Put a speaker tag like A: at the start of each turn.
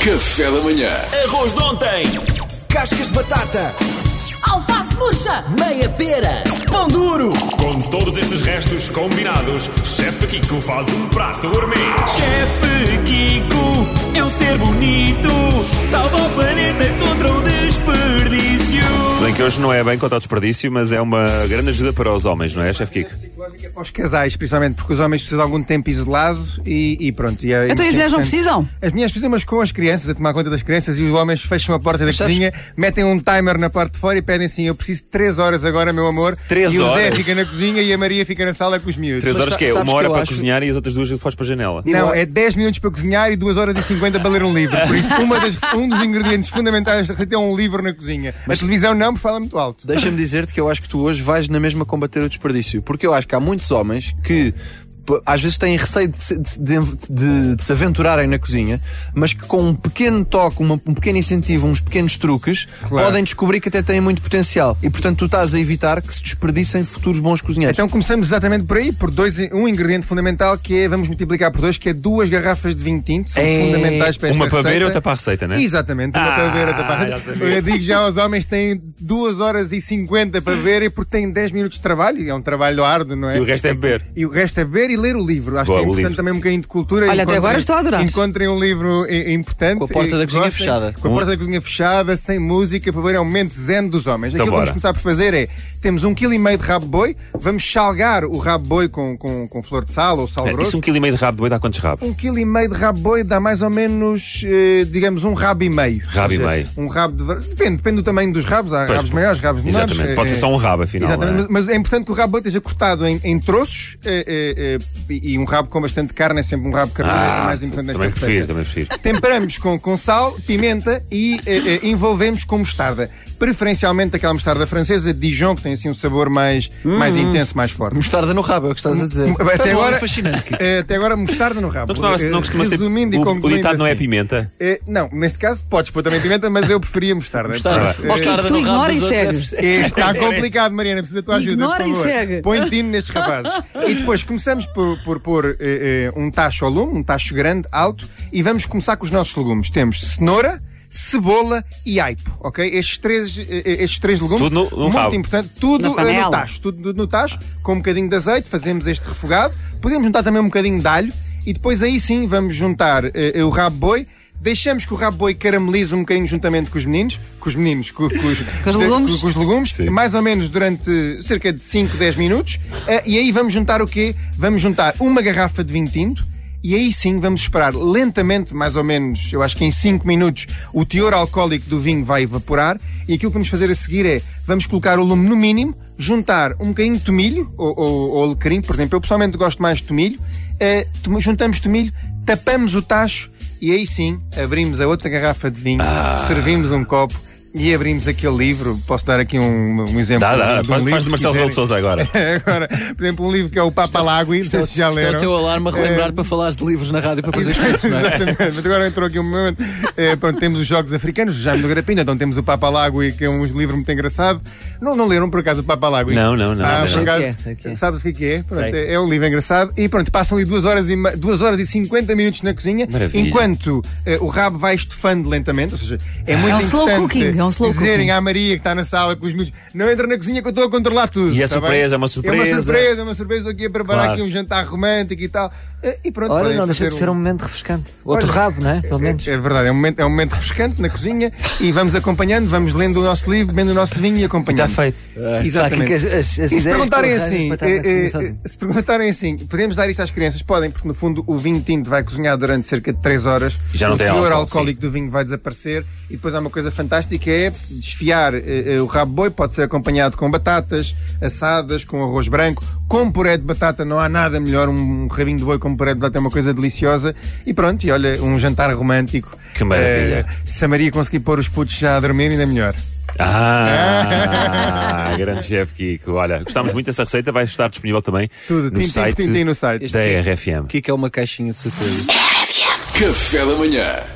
A: Café da manhã.
B: Arroz de ontem.
C: Cascas de batata.
D: Alface murcha.
C: Meia pera. Pão duro.
B: Com todos estes restos combinados, Chefe Kiko faz um prato gourmet.
E: Chefe Kiko é um ser bonito. Salva o planeta contra o desperdício.
F: Se bem que hoje não é bem contra o desperdício, mas é uma grande ajuda para os homens, não é, Chefe Kiko?
G: psicológica para os casais, principalmente, porque os homens precisam de algum tempo isolado e, e pronto. E, é-
D: Então e as mulheres não precisam?
G: As mulheres precisam, mas com as crianças, a tomar conta das crianças, e os homens fecham a porta da cozinha, metem um timer na parte de fora e pedem assim: Eu preciso de 3 horas agora, meu amor.
F: Três
G: e o Zé
F: horas?
G: fica na cozinha e a Maria fica na sala com os miúdos.
F: Três
C: Mas
F: horas
C: sa-
F: que é
C: sabes
F: uma
C: que
F: hora
C: eu
F: para
C: acho-
F: cozinhar e as outras duas foges para a janela.
G: Não, é 10 minutos para cozinhar e 2 horas e 50 para ler um livro. Por isso, uma das- um dos ingredientes fundamentais da receita é um livro na cozinha. Mas a televisão não, porque fala muito alto.
C: Deixa-me dizer-te que eu acho que tu hoje vais na mesma combater o desperdício. Porque eu acho que há muitos homens que p- às vezes têm receio de se, de- de- de- de se aventurarem na cozinha, mas que com um pequeno toque, uma- um pequeno incentivo, uns pequenos truques,
G: Claro.
C: podem descobrir que até têm muito potencial. E portanto tu estás a evitar que se desperdicem futuros bons cozinheiros.
G: Então começamos exatamente por aí, por dois, um ingrediente fundamental que é, vamos multiplicar por dois, que é duas garrafas de vinho tinto, são
F: É,
G: fundamentais para esta
F: uma para beber e
G: receita.
F: outra para a receita, né?
G: Exatamente, uma
F: Ah,
G: para beber, outra para a
F: já
G: receita.
F: sabia.
G: Eu digo já aos homens que têm duas horas e 50 para beber e porque têm 10 minutos de trabalho, e é um trabalho árduo, não é?
F: E o resto é beber.
G: E o resto é beber e ler o livro. Acho
F: Boa,
G: que é
F: o
G: importante
F: livro.
G: também um bocadinho de cultura.
D: Olha, até
G: Encontrem-
D: agora estou a adorar.
G: Encontrem um livro i- importante.
C: Com a porta da
G: eh, que
C: cozinha
G: gostem.
C: fechada.
G: Com a porta da cozinha fechada, sem música, para ver é um momento zen dos homens. Aquilo que
F: Então bora.
G: vamos começar por fazer é, temos um quilo e meio de rabo de boi, vamos salgar o rabo de boi com, com, com flor de sal ou sal
F: É,
G: grosso.
F: Isso um quilo e meio de rabo de boi dá quantos rabos?
G: Um quilo e meio de rabo de boi dá mais ou menos, eh, digamos, um rabo e meio. Ou
F: Rabo e
G: seja,
F: meio.
G: Um rabo de... ver- Depende, depende do tamanho dos rabos. Há
F: Pois,
G: rabos maiores, rabos menores.
F: Exatamente.
G: eh,
F: Pode ser
G: eh,
F: só um rabo, afinal.
G: Exatamente,
F: não é?
G: mas, mas é importante que o rabo de boi esteja cortado em, em troços eh, eh, eh, e e um rabo com bastante carne é sempre um rabo carnudo, é
F: Ah,
G: mais importante nesta
F: também prefiro,
G: receita.
F: também prefiro.
G: Temperamos com, com sal, pimenta e eh, eh, envolvemos com mostarda. Preferencialmente aquela mostarda francesa de Dijon, que tem assim um sabor mais, mais
F: Hum.
G: intenso, mais forte.
C: Mostarda no rabo, é o que estás a dizer.
G: Até agora,
C: fascinante. Kiko.
G: eh, até agora, mostarda no rabo.
F: Não costuma, não
G: Eh,
F: costuma ser.
G: Resumindo e
F: O, o
G: concluindo
F: ditado não é
G: assim.
F: pimenta.
G: Eh, não, neste caso podes pôr também pimenta, mas eu preferia mostarda.
C: Mostarda.
G: Eh,
C: Mostarda
D: tu
C: no
D: ignora
C: rabo dos
D: e
C: outros é
D: segue.
C: fes-
G: é, Está complicado, Mariana, precisa da tua ajuda.
D: Ignora
G: por
D: e
G: favor.
D: segue.
G: Põe tino nestes rapazes. E depois começamos por, por pôr eh, eh, um tacho ao lume, um tacho grande, alto, e vamos começar com os nossos legumes. Temos cenoura, cebola e aipo, ok? Estes três, eh, eh, estes três legumes,
F: Tudo no- no
G: muito
F: rabo.
G: importante,
D: Na
G: tudo eh,
D: panela.
G: no tacho, tudo, tudo no tacho, com um bocadinho de azeite, fazemos este refogado. Podemos juntar também um bocadinho de alho, e depois aí sim vamos juntar eh, eh, o rabo de boi, Deixamos que o rabo de boi caramelize um bocadinho juntamente com os meninos, com os meninos, com, com os,
D: Com os legumes?
G: com os legumes,
F: Sim.
G: mais ou menos durante cerca de 5, 10 minutos. Eh, e aí vamos juntar o quê? Vamos juntar uma garrafa de vinho tinto. E aí sim vamos esperar lentamente, mais ou menos, eu acho que em 5 minutos, o teor alcoólico do vinho vai evaporar. E aquilo que vamos fazer a seguir é, vamos colocar o lume no mínimo, juntar um bocadinho de tomilho, ou, ou, ou alecrim, por exemplo. Eu pessoalmente gosto mais de tomilho. Eh, tom- juntamos tomilho, tapamos o tacho e aí sim abrimos a outra garrafa de vinho,
F: Ah.
G: servimos um copo e abrimos aquele livro, posso dar aqui um, um exemplo?
F: Dá, dá.
G: um
F: Faz,
G: livro,
F: faz de
G: se
F: Marcelo Rebelo de
G: quiserem.
F: Souza agora.
G: Agora, por exemplo, um livro que é o Papa Lagui, não sei se já
C: Isto é o
G: leram.
C: teu alarme a relembrar para falares de livros na rádio para fazer escutos, não é?
G: Exatamente, mas agora entrou aqui um momento. Eh, pronto, temos os Jogos Africanos, já me do Grapinha, então temos o Papa Lagui, que é um livro muito engraçado. Não, não leram por acaso o Papa Lagui?
F: Não, não, não,
G: Ah,
F: não.
G: por
F: Sei
C: o que
G: acaso,
C: é, sei o que é.
G: sabes o que é que é? Pronto, é é um livro engraçado. E pronto, passam ali 2 horas e, ma- duas horas e 50 minutos na cozinha,
F: Maravilha.
G: enquanto eh, o rabo vai estufando lentamente, ou seja, é muito
D: um
G: importante
D: slow cooking, é um slow
G: dizerem
D: cooking.
G: à Maria que está na sala com os miúdos, não entra na cozinha que eu estou a controlar tudo.
F: E é
G: tá
F: surpresa, é uma
G: É uma
F: surpresa.
G: surpresa, é uma surpresa, estou aqui a preparar
F: Claro.
G: aqui um jantar romântico e tal. Eh, E pronto,
H: Ora,
G: podem
H: não deixa de
G: fazer
H: ser
G: um-
H: um momento refrescante. Outro
G: Olha,
H: rabo, não é? Pelo menos.
G: é, é verdade, é um, momento, é um momento refrescante na cozinha e vamos acompanhando, vamos lendo o nosso livro, bebendo o nosso vinho e acompanhando.
F: Está feito.
G: Exatamente.
H: Está aqui É. que as- as- as
G: e
H: ideias
G: se perguntarem
H: estão
G: assim,
H: erradas para estar na
G: eh,
H: cozinha
G: eh,
H: sozinho.
G: se perguntarem assim, podemos dar isto às crianças? Podem, porque no fundo o vinho tinto vai cozinhar durante cerca de 3 horas,
F: E já não
G: o
F: tem
G: teor
F: álcool,
G: alcoólico do vinho vai desaparecer e depois há uma coisa fantástica é desfiar eh, eh, o rabo de boi, pode ser acompanhado com batatas assadas, com arroz branco, com puré de batata, não há nada melhor, um rabinho de boi com puré de batata é uma coisa deliciosa e pronto, e olha, um jantar romântico.
F: Que maravilha.
G: Eh, se a Maria conseguir pôr os putos já a dormir, ainda melhor.
F: Ah, grande chefe Kiko. Olha, gostámos muito dessa receita, vai estar disponível também
G: Tudo,
F: no
G: tintim por
F: site
G: tintim no site.
F: da RFM.
C: O que é que é uma caixinha de surpresa?
A: Café da manhã.